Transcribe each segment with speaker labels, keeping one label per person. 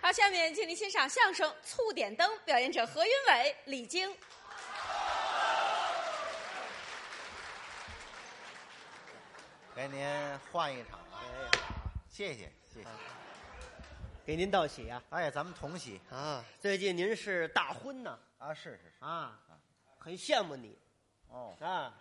Speaker 1: 好，下面请您欣赏相声《醋点灯》，表演者何云伟、李菁。
Speaker 2: 给您换一场啊！
Speaker 3: 哎呀，
Speaker 2: 谢谢谢谢。
Speaker 3: 给您道喜啊！
Speaker 2: 哎呀，咱们同喜
Speaker 3: 啊，最近您是大婚呐
Speaker 2: 啊！是是是
Speaker 3: 啊，很羡慕你
Speaker 2: 哦，
Speaker 3: 啊，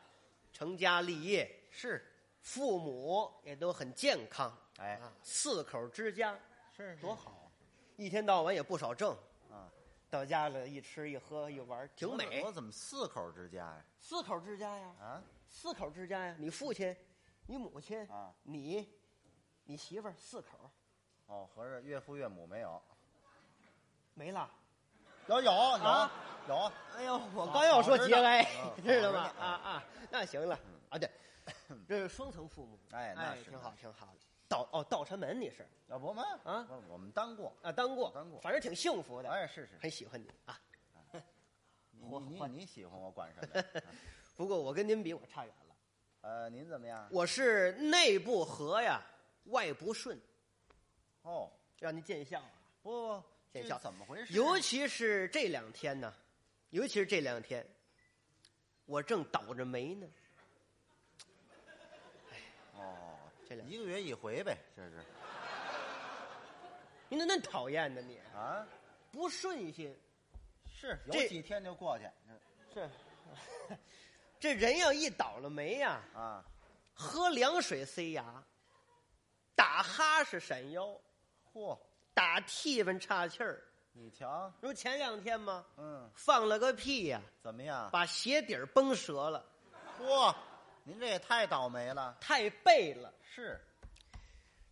Speaker 3: 成家立业，
Speaker 2: 是
Speaker 3: 父母也都很健康，
Speaker 2: 哎
Speaker 3: 啊，四口之家
Speaker 2: 是
Speaker 3: 多好，一天到晚也不少挣，
Speaker 2: 啊！
Speaker 3: 到家了一吃一喝一玩，挺
Speaker 2: 我怎
Speaker 3: 美
Speaker 2: 么我。怎么四口之家呀？
Speaker 3: 四口之家呀，
Speaker 2: 啊，
Speaker 3: 四口之家呀，你父亲，你母亲
Speaker 2: 啊，
Speaker 3: 你，你媳妇儿，四口
Speaker 2: 哦，合着岳父岳母没有？
Speaker 3: 没了。
Speaker 2: 有有有
Speaker 3: 啊
Speaker 2: 有，
Speaker 3: 哎呦，我刚要说节哀
Speaker 2: 好，好
Speaker 3: 知
Speaker 2: 知道
Speaker 3: 道吗？
Speaker 2: 嗯
Speaker 3: 啊啊，那行了啊，对，这是双层父母，
Speaker 2: 哎那是
Speaker 3: 挺好，挺好的。倒哦，倒插门你是
Speaker 2: 要不嘛
Speaker 3: 啊
Speaker 2: 我我们当过。
Speaker 3: 啊，当过，
Speaker 2: 当过
Speaker 3: 反正挺幸福的，
Speaker 2: 哎，是是，
Speaker 3: 很喜欢你啊。
Speaker 2: 你
Speaker 3: 我
Speaker 2: 你
Speaker 3: 换
Speaker 2: 你喜欢我管什 么呀？啊
Speaker 3: 不过我跟您比，我差远了，
Speaker 2: 呃，您怎么样？
Speaker 3: 我是内不和呀，外不顺，
Speaker 2: 哦，
Speaker 3: 让您见笑啊。
Speaker 2: 不不，
Speaker 3: 见
Speaker 2: 这
Speaker 3: 笑
Speaker 2: 怎么回事？啊
Speaker 3: 尤其是这两天呢，尤其是这两天，我正倒着霉呢。
Speaker 2: 哦，
Speaker 3: 这两
Speaker 2: 一个月一回呗，这是
Speaker 3: 您怎么那么讨厌呢？你
Speaker 2: 啊，
Speaker 3: 不顺心，
Speaker 2: 是有
Speaker 3: 这
Speaker 2: 几天就过去这
Speaker 3: 是， 这人要一倒了霉呀、
Speaker 2: 啊。
Speaker 3: 喝凉水塞牙，打哈是闪腰，
Speaker 2: 嚯，
Speaker 3: 打嚏粪岔气儿。
Speaker 2: 你瞧，
Speaker 3: 如前两天嘛，
Speaker 2: 嗯，
Speaker 3: 放了个屁呀、
Speaker 2: 怎么样？
Speaker 3: 把鞋底儿崩折了，
Speaker 2: 嚯，您这也太倒霉了。
Speaker 3: 太背了。
Speaker 2: 是，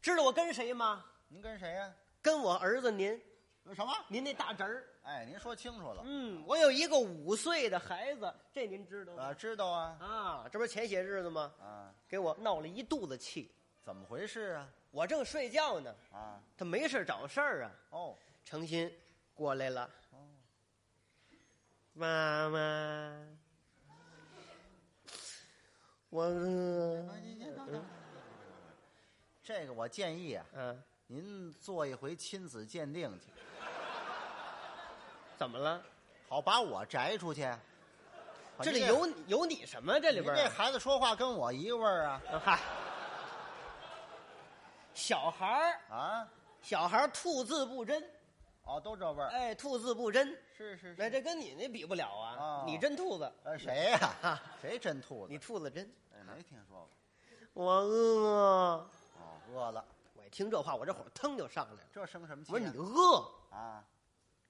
Speaker 3: 知道我跟谁吗？
Speaker 2: 您跟谁呀、
Speaker 3: 跟我儿子您，
Speaker 2: 什么？
Speaker 3: 您那大侄儿。
Speaker 2: 哎，您说清楚了。
Speaker 3: 呃嗯，我有一个五岁的孩子，这您知道
Speaker 2: 啊，
Speaker 3: 吗？
Speaker 2: 知道啊。
Speaker 3: 啊，这不是前些日子吗？
Speaker 2: 啊，
Speaker 3: 给我闹了一肚子气。
Speaker 2: 怎么回事啊？
Speaker 3: 我正睡觉呢，
Speaker 2: 啊，
Speaker 3: 他没事儿找事儿啊。
Speaker 2: 哦，
Speaker 3: 诚心过来了。妈妈，我饿
Speaker 2: 哎您您等等。这个我建议啊，
Speaker 3: 啊，
Speaker 2: 您做一回亲子鉴定去，
Speaker 3: 怎么了？
Speaker 2: 好把我摘出去。
Speaker 3: 这里有你有你什么？这
Speaker 2: 这
Speaker 3: 里边
Speaker 2: 这
Speaker 3: 儿
Speaker 2: 孩子说话跟我一个味儿啊
Speaker 3: 啊嗨，小孩儿，
Speaker 2: 啊！
Speaker 3: 小孩儿吐字不真，
Speaker 2: 哦，都这味儿。
Speaker 3: 哎，吐字不真，哎
Speaker 2: 是是
Speaker 3: 那这跟你那比不了啊
Speaker 2: 哦！
Speaker 3: 你真兔子，
Speaker 2: 呃，谁呀、 谁真兔子
Speaker 3: 你？兔子真，
Speaker 2: 哎没听说过。
Speaker 3: 我饿。
Speaker 2: 哦，饿了，
Speaker 3: 我一听这话，我这火腾就上来了。
Speaker 2: 这生什么气、啊？
Speaker 3: 我说你饿，
Speaker 2: 啊，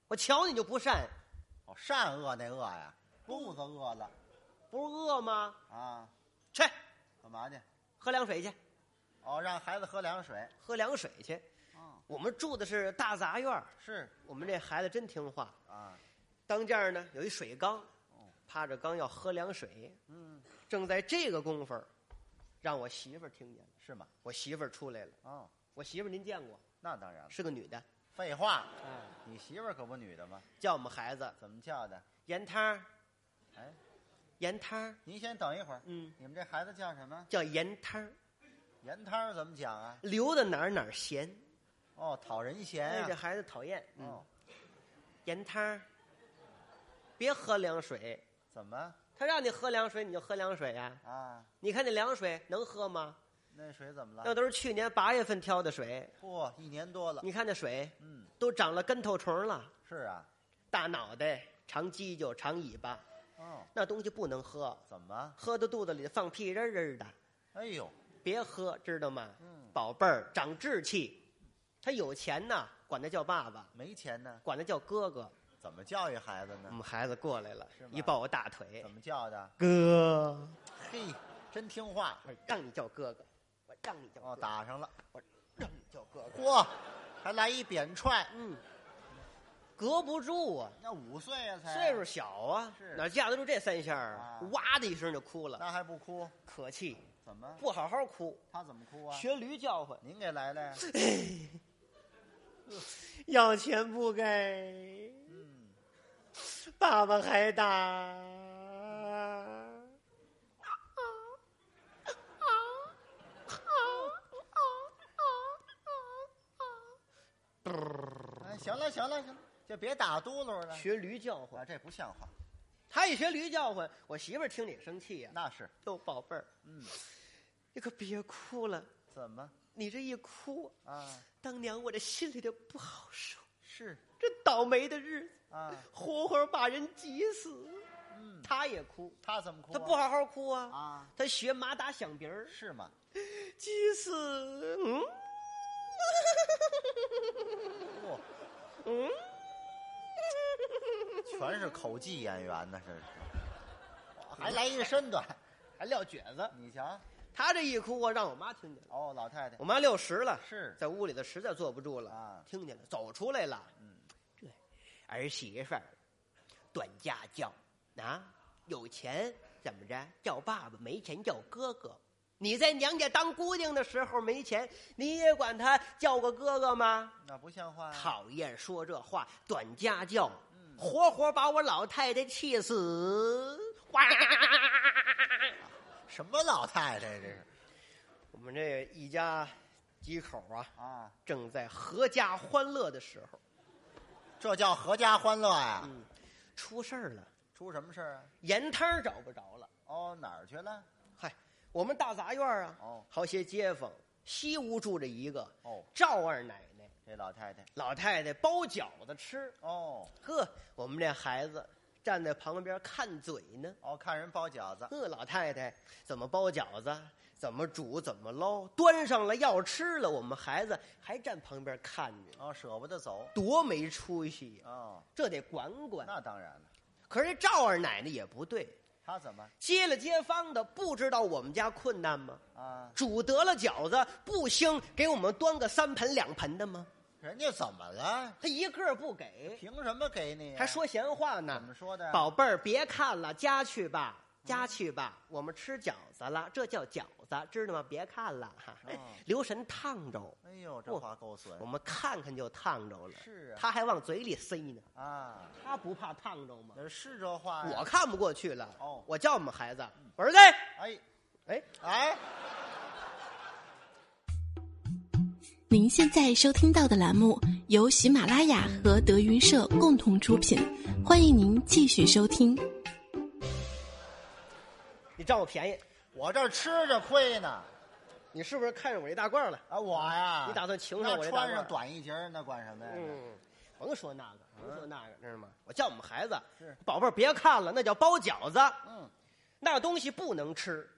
Speaker 3: 我瞧你就不善，
Speaker 2: 哦，善恶那恶呀，肚子饿了
Speaker 3: 不是饿吗？
Speaker 2: 啊，
Speaker 3: 去
Speaker 2: 干嘛去？
Speaker 3: 喝凉水去，
Speaker 2: 哦，让孩子喝凉水。
Speaker 3: 喝凉水去。
Speaker 2: 啊，
Speaker 3: 我们住的是大杂院儿
Speaker 2: 是
Speaker 3: 我们这孩子真听话。
Speaker 2: 啊，
Speaker 3: 当间儿呢有一水缸，趴着缸要喝凉水。
Speaker 2: 嗯，
Speaker 3: 正在这个功夫儿，让我媳妇儿听见了。
Speaker 2: 是吗？
Speaker 3: 我媳妇儿出来了，
Speaker 2: 哦，
Speaker 3: 我媳妇儿您见过，
Speaker 2: 那当然了。
Speaker 3: 是个女的，
Speaker 2: 废话，
Speaker 3: 哎，
Speaker 2: 你媳妇儿可不女的吗？
Speaker 3: 叫我们孩子
Speaker 2: 怎么叫的？
Speaker 3: 盐汤儿，
Speaker 2: 哎，
Speaker 3: 盐汤儿，
Speaker 2: 您先等一会儿。
Speaker 3: 嗯，
Speaker 2: 你们这孩子叫什么？
Speaker 3: 叫盐汤儿，
Speaker 2: 盐摊儿怎么讲啊？
Speaker 3: 留的哪儿哪儿咸。
Speaker 2: 哦，讨人嫌
Speaker 3: 哎，这
Speaker 2: 啊。
Speaker 3: 孩子讨厌。嗯，
Speaker 2: 哦，
Speaker 3: 盐汤儿，别喝凉水。
Speaker 2: 怎么
Speaker 3: 他让你喝凉水，你就喝凉水呀、
Speaker 2: 啊？
Speaker 3: 你看那凉水能喝吗？
Speaker 2: 那水怎么
Speaker 3: 那
Speaker 2: 了？
Speaker 3: 都是去年八月份挑的水，
Speaker 2: 嚯、一年多了。
Speaker 3: 你看那水
Speaker 2: 嗯，
Speaker 3: 都长了跟头虫了，
Speaker 2: 是啊。
Speaker 3: 大脑袋、长犄角、长尾巴，
Speaker 2: 哦，
Speaker 3: 那东西不能喝，
Speaker 2: 怎么？
Speaker 3: 喝到肚子里放屁人人的，
Speaker 2: 哎呦，
Speaker 3: 别喝，知道吗？
Speaker 2: 嗯，
Speaker 3: 宝贝儿，长志气。他有钱呐，管他叫爸爸，
Speaker 2: 没钱呢，
Speaker 3: 管他叫哥哥。
Speaker 2: 怎么教育孩子
Speaker 3: 我
Speaker 2: 呢？
Speaker 3: 们孩子过来了
Speaker 2: 是吗，
Speaker 3: 一抱我大腿
Speaker 2: 怎，么叫的？
Speaker 3: 哥，
Speaker 2: 嘿，真听话
Speaker 3: 我让你叫哥哥，我让你叫
Speaker 2: 哦，
Speaker 3: 哥哥，
Speaker 2: 打上了，
Speaker 3: 哎
Speaker 2: 嗯
Speaker 3: 我让你叫哥哥。
Speaker 2: 嚯，还来一扁踹，
Speaker 3: 嗯，隔不住啊，
Speaker 2: 那五岁呀、才
Speaker 3: 岁数小啊
Speaker 2: 哎是，
Speaker 3: 哪架得住这三下啊
Speaker 2: 啊？
Speaker 3: 哇的一声就哭了，
Speaker 2: 那还不哭？
Speaker 3: 可气，
Speaker 2: 怎么？
Speaker 3: 不好好哭，
Speaker 2: 他怎么哭啊？
Speaker 3: 学驴叫唤，
Speaker 2: 您给来的呀？
Speaker 3: 要钱不给，
Speaker 2: 嗯，
Speaker 3: 爸爸还打。
Speaker 2: 哎哎，行了行了行了，就别打嘟噜了。
Speaker 3: 学驴叫
Speaker 2: 啊，
Speaker 3: 唤，
Speaker 2: 这不像话。
Speaker 3: 他一学驴叫唤，我媳妇儿听着也生气呀、
Speaker 2: 那是
Speaker 3: 哟，宝贝儿，嗯，你可别哭了，
Speaker 2: 怎么
Speaker 3: 你这一哭，
Speaker 2: 啊？
Speaker 3: 当娘我这心里头不好受。
Speaker 2: 是
Speaker 3: 这倒霉的日子，
Speaker 2: 啊，
Speaker 3: 活活把人急死。
Speaker 2: 嗯，
Speaker 3: 他也哭，
Speaker 2: 他怎么哭、啊？
Speaker 3: 他不好好哭啊，
Speaker 2: 啊，
Speaker 3: 他学马打响鼻儿，
Speaker 2: 是吗？
Speaker 3: 急死。嗯，
Speaker 2: 不，嗯，全是口技演员呢，这是，还来一个身段，
Speaker 3: 还撂蹶子。
Speaker 2: 你瞧，
Speaker 3: 他这一哭啊，让我妈听见了。
Speaker 2: 哦，老太太
Speaker 3: 我妈六十了，
Speaker 2: 是
Speaker 3: 在屋里头实在坐不住了，
Speaker 2: 啊
Speaker 3: 听见了，走出来了。
Speaker 2: 嗯，
Speaker 3: 这儿媳妇儿短家教啊，有钱怎么着叫爸爸，没钱叫哥哥。你在娘家当姑娘的时候没钱，你也管他叫个哥哥吗？
Speaker 2: 那不像话呀、
Speaker 3: 讨厌说这话，短家教，
Speaker 2: 嗯
Speaker 3: 活活把我老太太气死！哇！
Speaker 2: 什么老太太这是
Speaker 3: 我们这一家几口啊，
Speaker 2: 啊？
Speaker 3: 正在阖家欢乐的时候，
Speaker 2: 这叫阖家欢乐呀、
Speaker 3: 出事儿了，
Speaker 2: 嗯出什么事儿啊？
Speaker 3: 盐摊儿找不着了。
Speaker 2: 哦，哪儿去了？
Speaker 3: 嗨，我们大杂院儿啊，
Speaker 2: 哦
Speaker 3: 好些街坊，西屋住着一个
Speaker 2: 哦，
Speaker 3: 赵二奶奶，
Speaker 2: 这老太太。
Speaker 3: 老太太包饺子吃。
Speaker 2: 哦
Speaker 3: 呵，我们这孩子站在旁边看嘴呢。
Speaker 2: 哦，看人包饺子，
Speaker 3: 呵，老太太怎么包饺子，怎么煮，怎么捞，端上了要吃了，我们孩子还站旁边看着，
Speaker 2: 哦，舍不得走。
Speaker 3: 多没出息呀、
Speaker 2: 哦，
Speaker 3: 这得管管。
Speaker 2: 那当然了。
Speaker 3: 可是这赵二奶奶也不对，
Speaker 2: 他怎么
Speaker 3: 街了街坊的不知道我们家困难吗？
Speaker 2: 啊？
Speaker 3: 煮得了饺子不兴给我们端个三盆两盆的吗？
Speaker 2: 人家怎么了？
Speaker 3: 他一个不给，
Speaker 2: 凭什么给你呀、
Speaker 3: 还说闲话呢。
Speaker 2: 怎么说的呀
Speaker 3: 宝贝儿，别看了，家去吧，家去吧，我们吃饺子了，这叫饺子，知道吗？别看了，哈
Speaker 2: 哦
Speaker 3: 留神烫着。
Speaker 2: 哎呦，这
Speaker 3: 不
Speaker 2: 话够损
Speaker 3: 我们看看就烫着了，
Speaker 2: 是啊
Speaker 3: 他还往嘴里塞呢，
Speaker 2: 啊！
Speaker 3: 他不怕烫着吗？
Speaker 2: 那是这啊话哎呀。
Speaker 3: 我看不过去了，
Speaker 2: 哦
Speaker 3: 我叫我们孩子，我儿子，
Speaker 2: 哎
Speaker 3: 哎，
Speaker 2: 哎，
Speaker 4: 您现在收听到的栏目由喜马拉雅和德云社共同出品，欢迎您继续收听。
Speaker 3: 你占我便宜，
Speaker 2: 我这吃着亏呢
Speaker 3: 你是不是看上我这大褂了？
Speaker 2: 啊！我呀，
Speaker 3: 你打算情上我
Speaker 2: 那
Speaker 3: 这大褂
Speaker 2: 穿上短一截儿那管什么呀？
Speaker 3: 嗯，甭说那个，甭说那个，知道吗？我叫我们孩子，
Speaker 2: 嗯是
Speaker 3: 宝贝儿别看了，那叫包饺子，
Speaker 2: 嗯，
Speaker 3: 那东西不能吃，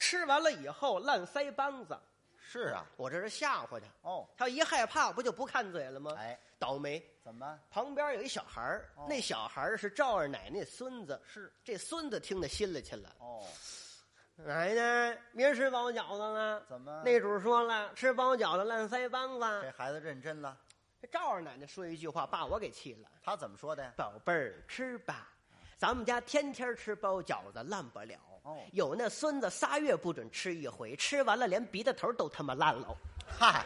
Speaker 3: 吃完了以后烂腮帮子。
Speaker 2: 是啊。
Speaker 3: 我这是吓唬他，
Speaker 2: 哦，
Speaker 3: 他一害怕不就不看嘴了吗？
Speaker 2: 哎，
Speaker 3: 倒霉，
Speaker 2: 怎么
Speaker 3: 旁边有一小孩儿，
Speaker 2: 哦
Speaker 3: 那小孩儿是赵二奶奶孙子，
Speaker 2: 是？
Speaker 3: 这孙子听到心里去了。
Speaker 2: 哦，
Speaker 3: 奶奶，明儿吃包饺子了。
Speaker 2: 怎么
Speaker 3: 那主儿说了，吃包饺子烂腮帮
Speaker 2: 这
Speaker 3: 子。
Speaker 2: 孩子认真了？
Speaker 3: 这赵二奶奶说一句话，把我给气了。
Speaker 2: 他怎么说的呀？
Speaker 3: 宝贝儿，吃吧，咱们家天天吃包饺子，烂不了。
Speaker 2: 哦
Speaker 3: 有那孙子仨月不准吃一回，吃完了连鼻子头都他妈烂了。
Speaker 2: 嗨，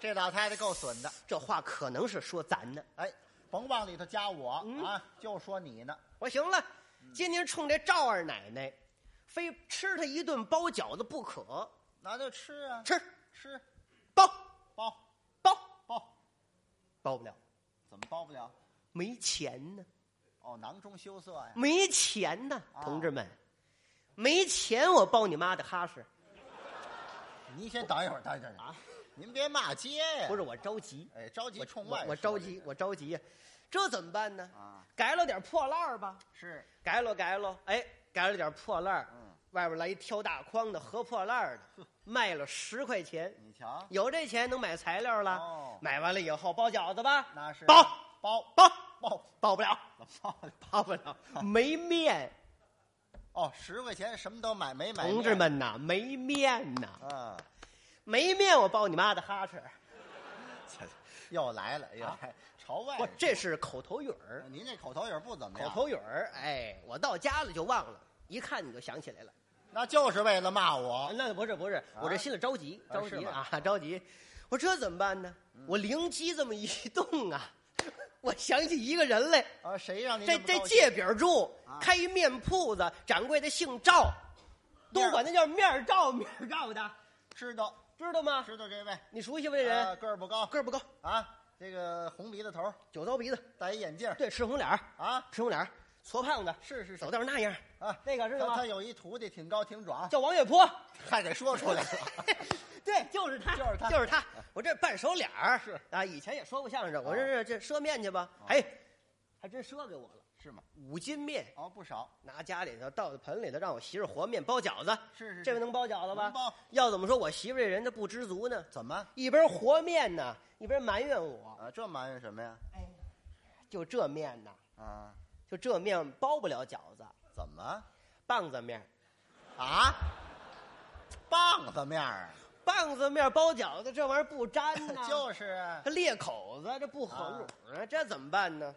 Speaker 2: 这老太太够损的。
Speaker 3: 这话可能是说咱呢。
Speaker 2: 哎，甭往里头加我、
Speaker 3: 嗯
Speaker 2: 啊，就说你呢。
Speaker 3: 我行了，今天冲这赵二奶奶，非吃她一顿包饺子不可。
Speaker 2: 那就吃啊，
Speaker 3: 吃
Speaker 2: 吃
Speaker 3: 包
Speaker 2: 包
Speaker 3: 包
Speaker 2: 包，
Speaker 3: 包不了，
Speaker 2: 怎么包不了？
Speaker 3: 没钱呢，
Speaker 2: 哦，囊中羞涩呀、
Speaker 3: 没钱呢，
Speaker 2: 啊
Speaker 3: 同志们，没钱我包你妈的哈士。
Speaker 2: 您先等一会儿，等一会儿
Speaker 3: 啊，
Speaker 2: 您别骂街呀、
Speaker 3: 不是我着急。
Speaker 2: 哎，着急
Speaker 3: 我
Speaker 2: 冲
Speaker 3: 我
Speaker 2: 外，
Speaker 3: 我着急，我着急呀，这怎么办呢？
Speaker 2: 啊，
Speaker 3: 改了点破烂儿吧，
Speaker 2: 是
Speaker 3: 改了改了，哎，改了点破烂儿
Speaker 2: 嗯，
Speaker 3: 外边来一挑大筐的合破烂儿的，卖了十块钱，
Speaker 2: 你瞧，
Speaker 3: 有这钱能买材料了
Speaker 2: 哦。
Speaker 3: 买完了以后包饺子吧，
Speaker 2: 那是
Speaker 3: 包
Speaker 2: 包
Speaker 3: 包
Speaker 2: 包
Speaker 3: 包不了，
Speaker 2: 包
Speaker 3: 包不了，没面，
Speaker 2: 哦，十块钱什么都买没买面？
Speaker 3: 同志们呐，没面呐，
Speaker 2: 啊，
Speaker 3: 没面我包你妈的哈哧，
Speaker 2: 切又来了，又来了朝外
Speaker 3: 啊我。这是口头语儿。
Speaker 2: 您这口头语不怎么
Speaker 3: 口
Speaker 2: 样，
Speaker 3: 头语儿，哎，我到家了就忘了，一看你就想起来了。
Speaker 2: 那就是为了骂
Speaker 3: 啊
Speaker 2: 我。
Speaker 3: 那不是不是，我这心里着急，
Speaker 2: 啊
Speaker 3: 着
Speaker 2: 是
Speaker 3: 急
Speaker 2: 吗
Speaker 3: 啊， 着急。我这怎么办呢？我灵机这么一动啊， 我想起一个人来，
Speaker 2: 啊，谁让您
Speaker 3: 这
Speaker 2: 么
Speaker 3: 这
Speaker 2: 高兴
Speaker 3: 借饼儿住，
Speaker 2: 啊
Speaker 3: 开一面铺子，掌柜的姓赵，都
Speaker 2: 面儿
Speaker 3: 管他叫面儿赵面儿赵的，
Speaker 2: 知道
Speaker 3: 知道吗？
Speaker 2: 知道这位
Speaker 3: 你熟悉不这
Speaker 2: 啊
Speaker 3: 人？
Speaker 2: 个儿不高
Speaker 3: 个儿不高，
Speaker 2: 啊，这个红鼻子头，
Speaker 3: 酒糟鼻子，
Speaker 2: 戴一眼镜儿
Speaker 3: 对，吃红脸儿，
Speaker 2: 啊，
Speaker 3: 吃红脸儿，矬胖子，
Speaker 2: 是是是
Speaker 3: 走道那样
Speaker 2: 啊，
Speaker 3: 那个知道
Speaker 2: 他他
Speaker 3: 吗？
Speaker 2: 有一徒弟挺高挺壮，
Speaker 3: 叫王月坡，
Speaker 2: 还给说 出来了。
Speaker 3: 对，就是他，
Speaker 2: 就是他
Speaker 3: 就是他。我这半熟脸儿
Speaker 2: 啊是啊
Speaker 3: 啊，以前也说过相声，我这这赊面去吧，哎，还真赊给我了
Speaker 2: 是吗？
Speaker 3: 五斤面，
Speaker 2: 哦，不少，
Speaker 3: 拿家里头倒到盆里头，让我媳妇儿和面包饺子。
Speaker 2: 是是是
Speaker 3: 这回能包饺子吧？
Speaker 2: 能包
Speaker 3: 要怎么说我媳妇儿这人她不知足呢？
Speaker 2: 怎么？
Speaker 3: 一边和面呢，一边埋怨我，
Speaker 2: 啊，这埋怨什么呀？
Speaker 3: 就这面呐，
Speaker 2: 啊，
Speaker 3: 就这面包不了饺子，
Speaker 2: 怎么
Speaker 3: 棒子面，
Speaker 2: 啊？棒子面儿
Speaker 3: 棒子面包饺子这玩意儿不粘呐、
Speaker 2: 啊， 就是啊
Speaker 3: 它裂口子，这不合拢啊，这怎么办呢？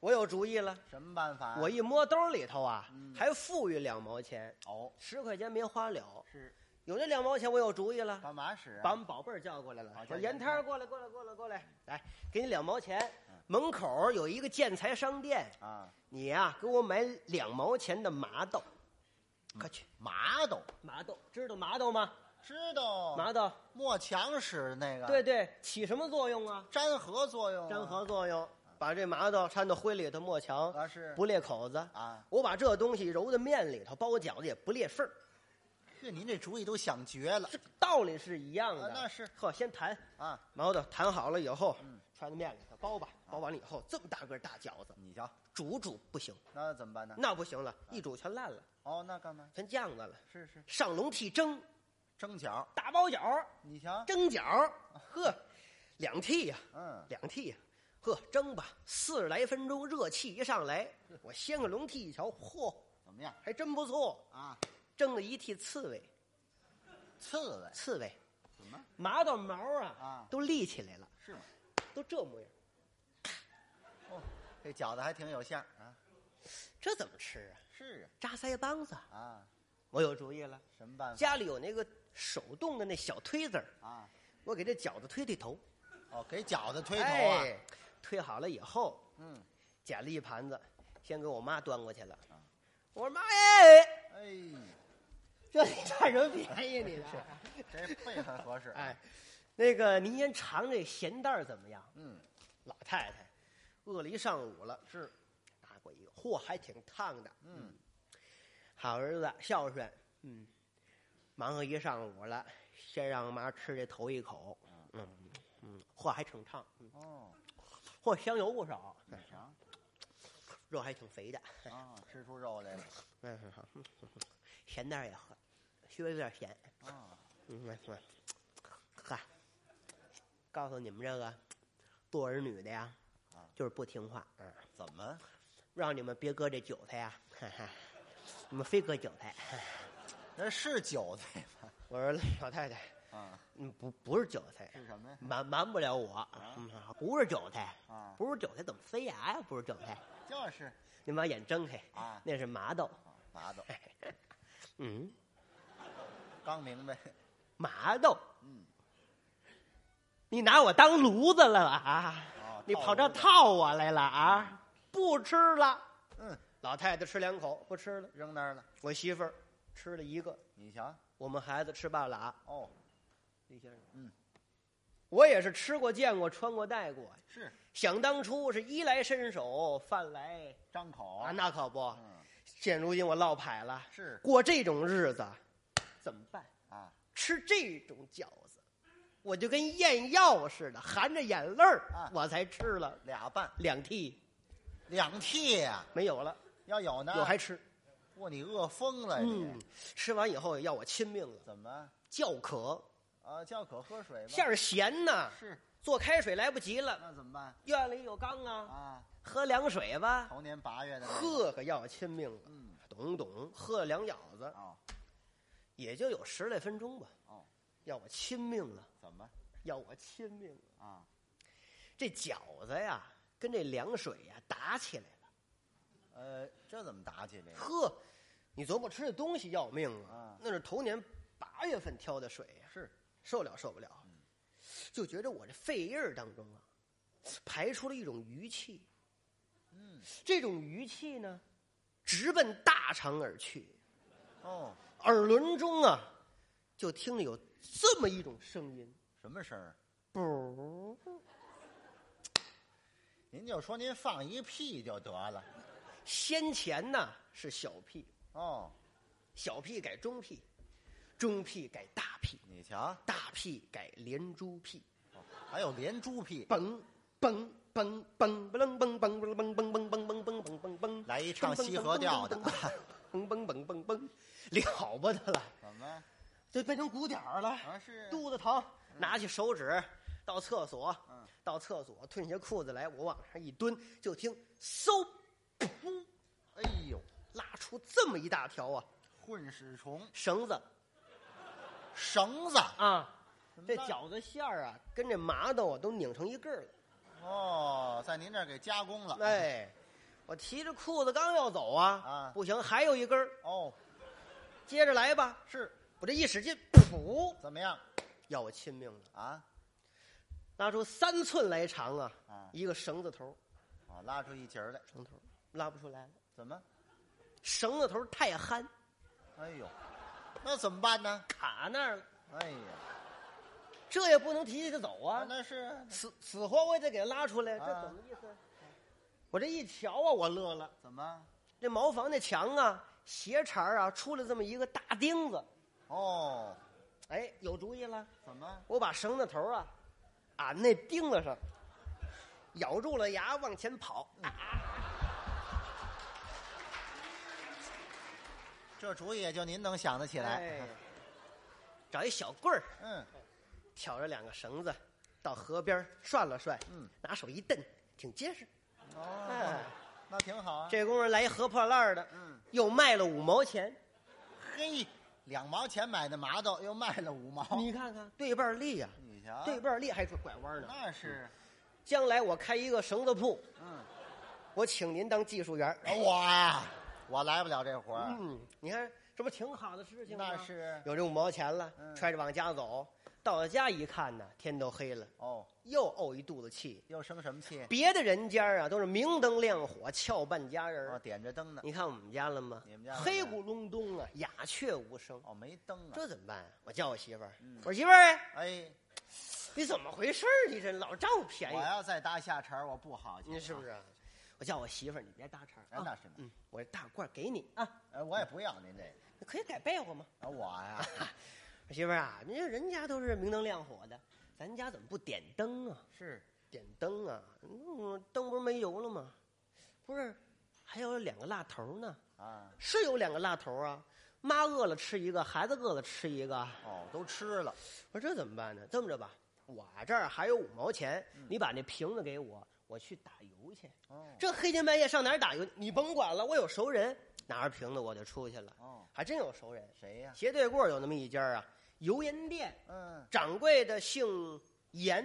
Speaker 3: 我有主意了，
Speaker 2: 什么办法？
Speaker 3: 我一摸兜里头啊，
Speaker 2: 啊嗯
Speaker 3: 还富裕两毛钱，
Speaker 2: 哦，
Speaker 3: 十块钱没花了，
Speaker 2: 是
Speaker 3: 有这两毛钱，我有主意了。
Speaker 2: 干嘛使啊？
Speaker 3: 把我们宝贝儿叫过来了，
Speaker 2: 好叫
Speaker 3: 说盐
Speaker 2: 盐
Speaker 3: 摊儿
Speaker 2: 摊嗯
Speaker 3: 过来，过来，过来，过来，来，给你两毛钱。门口儿有一个建材商店，
Speaker 2: 啊，
Speaker 3: 你呀、给我买两毛钱的麻豆，
Speaker 2: 嗯
Speaker 3: 快去
Speaker 2: 麻豆，
Speaker 3: 麻豆，知道麻豆吗？
Speaker 2: 知道
Speaker 3: 麻豆，
Speaker 2: 抹墙使的那个，
Speaker 3: 对，对，起什么作用啊？
Speaker 2: 粘合作用啊，
Speaker 3: 粘合作用，
Speaker 2: 嗯
Speaker 3: 把这麻豆掺到灰里头磨墙，
Speaker 2: 啊是
Speaker 3: 不裂口子
Speaker 2: 啊
Speaker 3: 我把这东西揉在面里头，包饺子也不裂缝儿，
Speaker 2: 呵，您这主意都想绝了
Speaker 3: 这道理是一样的。
Speaker 2: 啊那是嗯
Speaker 3: 呵，先弹
Speaker 2: 啊！
Speaker 3: 毛豆弹好了以后，揣到面里头包吧，包完了以后这么大个儿大饺子，
Speaker 2: 你瞧，
Speaker 3: 煮煮不行，
Speaker 2: 那怎么办呢？
Speaker 3: 那不
Speaker 2: 啊
Speaker 3: 行了，一煮全烂了，
Speaker 2: 哦，那干嘛？
Speaker 3: 全酱子了。
Speaker 2: 是是，
Speaker 3: 上笼屉蒸
Speaker 2: 蒸饺，
Speaker 3: 大包饺儿，
Speaker 2: 你瞧，
Speaker 3: 蒸饺儿，
Speaker 2: 啊
Speaker 3: 呵，两屉呀、
Speaker 2: 嗯，
Speaker 3: 两屉呀、呵，蒸吧，四十来分钟，热气一上来，我掀个笼屉一瞧，嚯，
Speaker 2: 怎么样
Speaker 3: 还真不错，
Speaker 2: 啊？
Speaker 3: 蒸了一屉刺猬，
Speaker 2: 刺猬
Speaker 3: 刺猬
Speaker 2: 怎么
Speaker 3: 麻到毛啊
Speaker 2: 啊
Speaker 3: 都立起来了，
Speaker 2: 是吗？
Speaker 3: 都这模样，
Speaker 2: 哦，这饺子还挺有馅儿啊。
Speaker 3: 这怎么吃啊？
Speaker 2: 是
Speaker 3: 扎腮帮子，
Speaker 2: 啊，啊，
Speaker 3: 我有主意了，
Speaker 2: 什么办法
Speaker 3: 家里有那个手动的那小推子儿
Speaker 2: 啊？
Speaker 3: 我给这饺子推推头，
Speaker 2: 哦，给饺子推头啊？
Speaker 3: 哎，推好了以后，
Speaker 2: 嗯，
Speaker 3: 捡了一盘子，先给我妈端过去了。
Speaker 2: 啊
Speaker 3: 我说妈哎，
Speaker 2: 哎，
Speaker 3: 这你占人便宜你了。
Speaker 2: 这配很合 适。
Speaker 3: 哎，，那个您先尝这咸蛋儿怎么样？
Speaker 2: 嗯，
Speaker 3: 老太太饿了一上午了，是拿过一个，嚯，还挺烫的。
Speaker 2: 嗯，
Speaker 3: 好儿子孝顺，嗯，忙活一上午了，先让妈吃这头一口，嗯嗯，嚯，还挺烫，嗯
Speaker 2: 哦，
Speaker 3: 嚯，香油不少，
Speaker 2: 你瞧，
Speaker 3: 肉还挺肥的。
Speaker 2: 啊，吃出肉来了。
Speaker 3: 嗯，好， 咸蛋儿也喝，稍微有点咸。
Speaker 2: 啊，
Speaker 3: 嗯，嗯嗯嗨，告诉你们这个做儿女的呀，就是不听话，啊嗯，
Speaker 2: 怎么？
Speaker 3: 让你们别割这韭菜呀，哈哈，你们非割韭菜。
Speaker 2: 那是韭菜吗？
Speaker 3: 我说老太太，
Speaker 2: 啊，
Speaker 3: 嗯，不不是韭菜，
Speaker 2: 是什么呀？
Speaker 3: 瞒瞒不了我，嗯，不是韭菜
Speaker 2: 啊，
Speaker 3: 不是韭菜怎么塞牙呀？不是韭菜，
Speaker 2: 就是
Speaker 3: 你把眼睁开
Speaker 2: 啊
Speaker 3: 那是麻豆，
Speaker 2: 啊麻豆，
Speaker 3: 嗯，
Speaker 2: 刚明白。
Speaker 3: 麻豆，
Speaker 2: 嗯，
Speaker 3: 你拿我当炉子了啊？
Speaker 2: 哦
Speaker 3: 你跑这
Speaker 2: 套炉子
Speaker 3: 套我来了啊？不吃了。
Speaker 2: 嗯，
Speaker 3: 老太太吃两口不吃了，
Speaker 2: 扔那儿了。
Speaker 3: 我媳妇儿吃了一个，
Speaker 2: 你瞧，
Speaker 3: 我们孩子吃半拉。
Speaker 2: 哦，
Speaker 3: 李先生，
Speaker 2: 嗯，
Speaker 3: 我也是吃过、见过、穿过、戴过，
Speaker 2: 是
Speaker 3: 想当初是衣来伸手，饭来
Speaker 2: 张口
Speaker 3: 啊，那可不。
Speaker 2: 嗯，
Speaker 3: 现如今我落牌了，
Speaker 2: 是
Speaker 3: 过这种日子怎么办？
Speaker 2: 啊
Speaker 3: 吃这种饺子，我就跟咽药似的，含着眼泪儿、
Speaker 2: 啊
Speaker 3: 我才吃了
Speaker 2: 俩半
Speaker 3: 两屉，
Speaker 2: 两屉呀，
Speaker 3: 没有了，
Speaker 2: 要有呢，
Speaker 3: 我还吃。
Speaker 2: 哇，你饿疯了你。
Speaker 3: 嗯，吃完以后要我亲命了，
Speaker 2: 怎么？
Speaker 3: 叫渴，
Speaker 2: 啊，叫渴喝水吧。
Speaker 3: 馅儿咸呐，
Speaker 2: 是，
Speaker 3: 做开水来不及了，
Speaker 2: 那怎么办
Speaker 3: 院里有缸啊，
Speaker 2: 啊？
Speaker 3: 喝凉水吧。
Speaker 2: 头年八月的那个，
Speaker 3: 呵呵，要我亲命了，
Speaker 2: 嗯，
Speaker 3: 懂懂，喝了两舀子，
Speaker 2: 哦
Speaker 3: 也就有十来分钟吧，
Speaker 2: 哦，
Speaker 3: 要我亲命了，
Speaker 2: 怎么
Speaker 3: 要我亲命了。
Speaker 2: 啊？
Speaker 3: 这饺子呀，跟这凉水呀打起来了。
Speaker 2: 呃，这怎么打起来？
Speaker 3: 呵，你琢磨吃的东西要命啊
Speaker 2: 啊，
Speaker 3: 那是头年八月份挑的水呀，
Speaker 2: 是
Speaker 3: 受了受不了，就觉着我这肺叶儿当中啊，排出了一种余气。
Speaker 2: 嗯，
Speaker 3: 这种余气呢，直奔大肠而去，
Speaker 2: 哦，
Speaker 3: 耳轮中啊，就听着有这么一种声音，
Speaker 2: 什么声儿？
Speaker 3: 不，
Speaker 2: 您就说您放一屁就得了。
Speaker 3: 先前呢是小屁，
Speaker 2: 哦，
Speaker 3: 小屁改中屁，中屁改大屁，
Speaker 2: 你瞧，
Speaker 3: 大屁改连珠屁，
Speaker 2: 哦还有连珠屁，
Speaker 3: 嘣嘣嘣嘣不楞嘣嘣不楞嘣嘣嘣嘣嘣嘣嘣嘣，
Speaker 2: 来一唱西河调的，
Speaker 3: 嘣嘣嘣嘣嘣，了不得了，
Speaker 2: 怎么？
Speaker 3: 就变成鼓点儿了。
Speaker 2: 啊是
Speaker 3: 肚子疼，拿起手指到厕所，
Speaker 2: 嗯
Speaker 3: 到厕所褪下裤子来，我往上一蹲，就听嗖，噗，
Speaker 2: 哎呦，
Speaker 3: 拉出这么一大条啊
Speaker 2: 混屎虫，
Speaker 3: 绳子
Speaker 2: 绳子，
Speaker 3: 啊，这
Speaker 2: 那
Speaker 3: 饺子馅儿啊跟这麻豆啊都拧成一个儿了。
Speaker 2: 哦，在您这儿给加工了。，
Speaker 3: 哎，我提着裤子刚要走啊，
Speaker 2: 啊
Speaker 3: 不行，还有一根儿，
Speaker 2: 哦，
Speaker 3: 接着来吧。
Speaker 2: 是
Speaker 3: 我这一使劲，噗，
Speaker 2: 怎么样
Speaker 3: 要我亲命了，
Speaker 2: 啊？
Speaker 3: 拉出三寸来长啊，
Speaker 2: 啊
Speaker 3: 一个绳子头儿，
Speaker 2: 啊，拉出一截儿来，
Speaker 3: 绳头儿拉不出来了，
Speaker 2: 怎么？
Speaker 3: 绳子头儿太憨，
Speaker 2: 哎呦，那怎么办呢？
Speaker 3: 卡那儿了。
Speaker 2: 哎呀，
Speaker 3: 这也不能提起他走
Speaker 2: 啊
Speaker 3: 啊，
Speaker 2: 那是
Speaker 3: 死死活我也得给他拉出来，这
Speaker 2: 啊
Speaker 3: 怎么意思？我这一瞧啊，我乐了，
Speaker 2: 怎么？
Speaker 3: 这茅房那墙啊，斜茬儿啊，出了这么一个大钉子，
Speaker 2: 哦，
Speaker 3: 哎，有主意了，
Speaker 2: 怎么？
Speaker 3: 我把绳子头啊，俺那钉子上，咬住了牙往前跑，
Speaker 2: 这主意也就您能想得起来。
Speaker 3: 哎，找一小棍儿，
Speaker 2: 嗯，
Speaker 3: 挑着两个绳子，到河边儿涮了涮，
Speaker 2: 嗯，
Speaker 3: 拿手一蹬，挺结实，哎
Speaker 2: 哦，那挺好啊。
Speaker 3: 这功夫来一河破烂儿的，
Speaker 2: 嗯，
Speaker 3: 又卖了五毛钱。
Speaker 2: 嘿，两毛钱买的麻豆又卖了五毛，
Speaker 3: 你看看对半儿利呀、
Speaker 2: 你瞧，
Speaker 3: 对半儿利还是拐弯呢。
Speaker 2: 那是，
Speaker 3: 将来我开一个绳子铺，
Speaker 2: 嗯，
Speaker 3: 我请您当技术员儿。
Speaker 2: 我呀，我来不了这活儿，
Speaker 3: 哎嗯，啊你看这不挺好的事情吗？
Speaker 2: 那是
Speaker 3: 有这五毛钱了，
Speaker 2: 嗯
Speaker 3: 揣着往家走，到了家一看呢，天都黑了，
Speaker 2: 哦，
Speaker 3: 又怄一肚子气。
Speaker 2: 又生什么气？
Speaker 3: 别的人家啊都是明灯亮火，翘半家人
Speaker 2: 哦，
Speaker 3: 儿。
Speaker 2: 点着灯呢，
Speaker 3: 你看我们家了吗？
Speaker 2: 你们家了
Speaker 3: 黑咕隆咚啊，鸦雀无声。
Speaker 2: 哦，没灯啊，
Speaker 3: 这怎么办、啊？我叫我媳妇儿，
Speaker 2: 嗯
Speaker 3: 我说媳妇儿，
Speaker 2: 哎，
Speaker 3: 你怎么回事儿？你这老占我便宜
Speaker 2: 我。要再搭下茬儿，我不好去啊，
Speaker 3: 你是不是啊？我叫我媳妇儿，你别搭茬儿
Speaker 2: 哎
Speaker 3: 啊。
Speaker 2: 那是那
Speaker 3: 嗯，我这大褂儿给你啊，
Speaker 2: 哎，我也不要您这个
Speaker 3: 你可以改被窝吗？
Speaker 2: 啊，我呀，
Speaker 3: 我媳妇儿啊，你说人家都是明灯亮火的，咱家怎么不点灯啊？
Speaker 2: 是，
Speaker 3: 点灯啊，嗯，灯不是没油了吗？不是，还有两个蜡头呢，
Speaker 2: 啊，
Speaker 3: 是有两个蜡头啊。妈饿了吃一个，孩子饿了吃一个。
Speaker 2: 哦，都吃了，
Speaker 3: 我说这怎么办呢？这么着吧，我这儿还有五毛钱，你把那瓶子给我，我去打油去。
Speaker 2: 嗯哦，
Speaker 3: 这黑天半夜上哪儿打油？你甭管了，我有熟人，拿着瓶子我就出去了。
Speaker 2: 哦，
Speaker 3: 还真有熟人，
Speaker 2: 谁呀？
Speaker 3: 斜对过有那么一家啊，油盐店，
Speaker 2: 嗯，
Speaker 3: 掌柜的姓严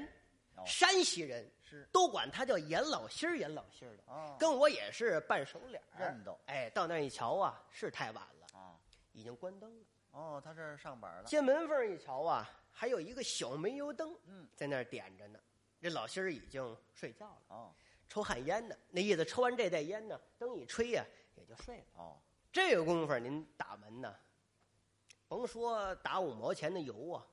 Speaker 2: 哦，
Speaker 3: 山西人，
Speaker 2: 是，
Speaker 3: 都管他叫严老心儿，严老心儿的，
Speaker 2: 哦，
Speaker 3: 跟我也是半熟脸儿
Speaker 2: 认得
Speaker 3: 哎，到那儿一瞧啊，是太晚了，
Speaker 2: 啊，
Speaker 3: 已经关灯了。
Speaker 2: 哦，他这儿上班了，
Speaker 3: 进门缝儿一瞧啊，还有一个小煤油灯，
Speaker 2: 嗯，
Speaker 3: 在那儿点着呢。这老心儿已经睡觉了，
Speaker 2: 哦，
Speaker 3: 抽旱烟呢。那意思抽完这袋烟呢，灯一吹呀、也就睡了。
Speaker 2: 哦，
Speaker 3: 这个功夫儿您打门呢，甭说打五毛钱的油啊，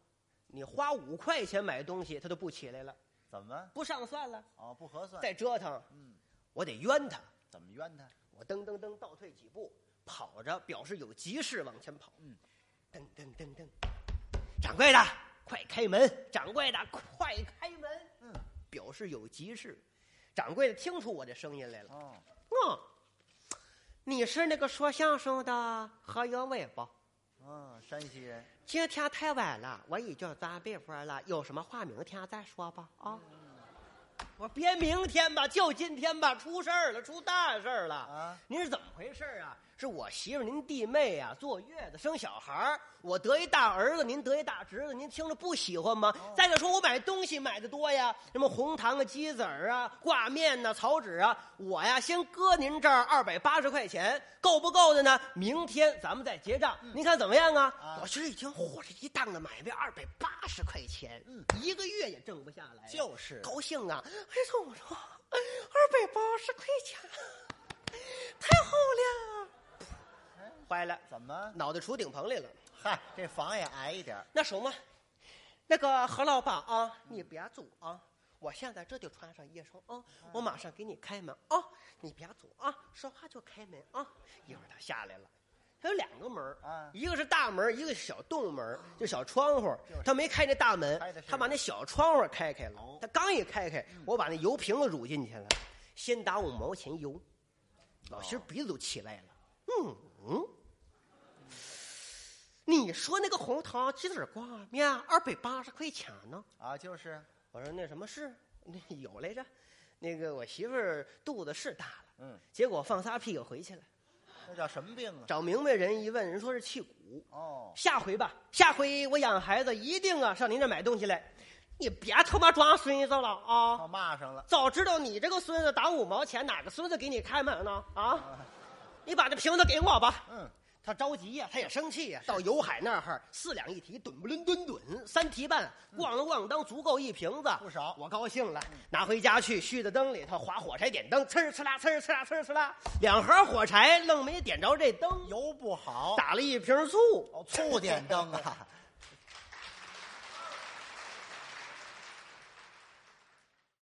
Speaker 3: 你花五块钱买东西，他都不起来了，
Speaker 2: 怎么？
Speaker 3: 不上算了，
Speaker 2: 哦，不合算，
Speaker 3: 再折腾，
Speaker 2: 嗯，
Speaker 3: 我得冤他。
Speaker 2: 怎么冤他？
Speaker 3: 我噔噔噔倒退几步，跑着表示有急事往前跑。
Speaker 2: 嗯，
Speaker 3: 噔噔噔噔，掌柜的，快开门！掌柜的，快开门！
Speaker 2: 嗯，
Speaker 3: 表示有急事。掌柜的听出我这声音来了，
Speaker 2: 哦，
Speaker 3: 嗯，你是那个说相声的何有为不？
Speaker 2: 嗯，山西人，
Speaker 3: 今天太晚了，我已经钻被窝了。有什么话明天再说吧。啊，
Speaker 2: 嗯
Speaker 3: 我别明天吧，就今天吧，出事儿了，出大事儿了。
Speaker 2: 啊
Speaker 3: 您是怎么回事儿啊？是我媳妇儿您弟妹啊，坐月子生小孩儿，我得一大儿子，您得一大侄子，您听着不喜欢吗？
Speaker 2: 哦
Speaker 3: 再者说，我买东西买的多呀，什么红糖啊、鸡子儿啊、挂面呐、草纸啊，我呀先搁您这儿二百八十块钱，够不够的呢？明天咱们再结账，您看怎么样啊？
Speaker 2: 嗯啊
Speaker 3: 我媳妇儿一听，嚯，这一档子买卖二百八十块钱，
Speaker 2: 嗯，
Speaker 3: 一个月也挣不下来呀，
Speaker 2: 就是
Speaker 3: 高兴啊！哎，怎么着？二百八十块钱，太好了！哎坏了，
Speaker 2: 怎么？
Speaker 3: 脑袋杵顶棚来了。
Speaker 2: 嗨，这房也矮一点儿，
Speaker 3: 那什么，那个何老板啊，你别走啊，我现在这就穿上夜裳啊，我马上给你开门啊，你别走啊，说话就开门啊。一会儿他下来了，他有两个门儿
Speaker 2: 啊
Speaker 3: 一个是大门儿，一个是小洞门儿，就小窗户儿。他没开那大门
Speaker 2: 开的，是
Speaker 3: 他把那小窗户儿开开了
Speaker 2: 哦。
Speaker 3: 他刚一开开，我把那油瓶子乳进去了，先打五毛钱油，
Speaker 2: 哦
Speaker 3: 老心儿鼻子都起来了。嗯嗯，你说那个红糖鸡腿挂面二百八十块钱呢？
Speaker 2: 啊，就是
Speaker 3: 我说那什么是那有来着，那个我媳妇儿肚子是大了，
Speaker 2: 嗯，
Speaker 3: 结果放仨屁股回去了。
Speaker 2: 那叫什么病啊？
Speaker 3: 找明白人一问，人说是气鼓。
Speaker 2: 哦，
Speaker 3: 下回吧，下回我养孩子一定啊上您这买东西来，你别他妈装孙子了啊！
Speaker 2: 我哦骂上了，
Speaker 3: 早知道你这个孙子打五毛钱，哪个孙子给你开门呢？啊！你把这瓶子给我吧。
Speaker 2: 嗯，
Speaker 3: 他着急呀、他也生气呀、到油海那儿四两一提，吨不伦吨吨，三提半，咣啷咣当，足够一瓶子，
Speaker 2: 不少
Speaker 3: 我高兴了，拿回家去续到灯里头，划火柴点灯，呲儿呲啦呲儿呲啦呲儿呲啦，两盒火柴愣没点着这灯。
Speaker 2: 油不好，
Speaker 3: 打了一瓶醋，
Speaker 2: 哦，醋点灯啊，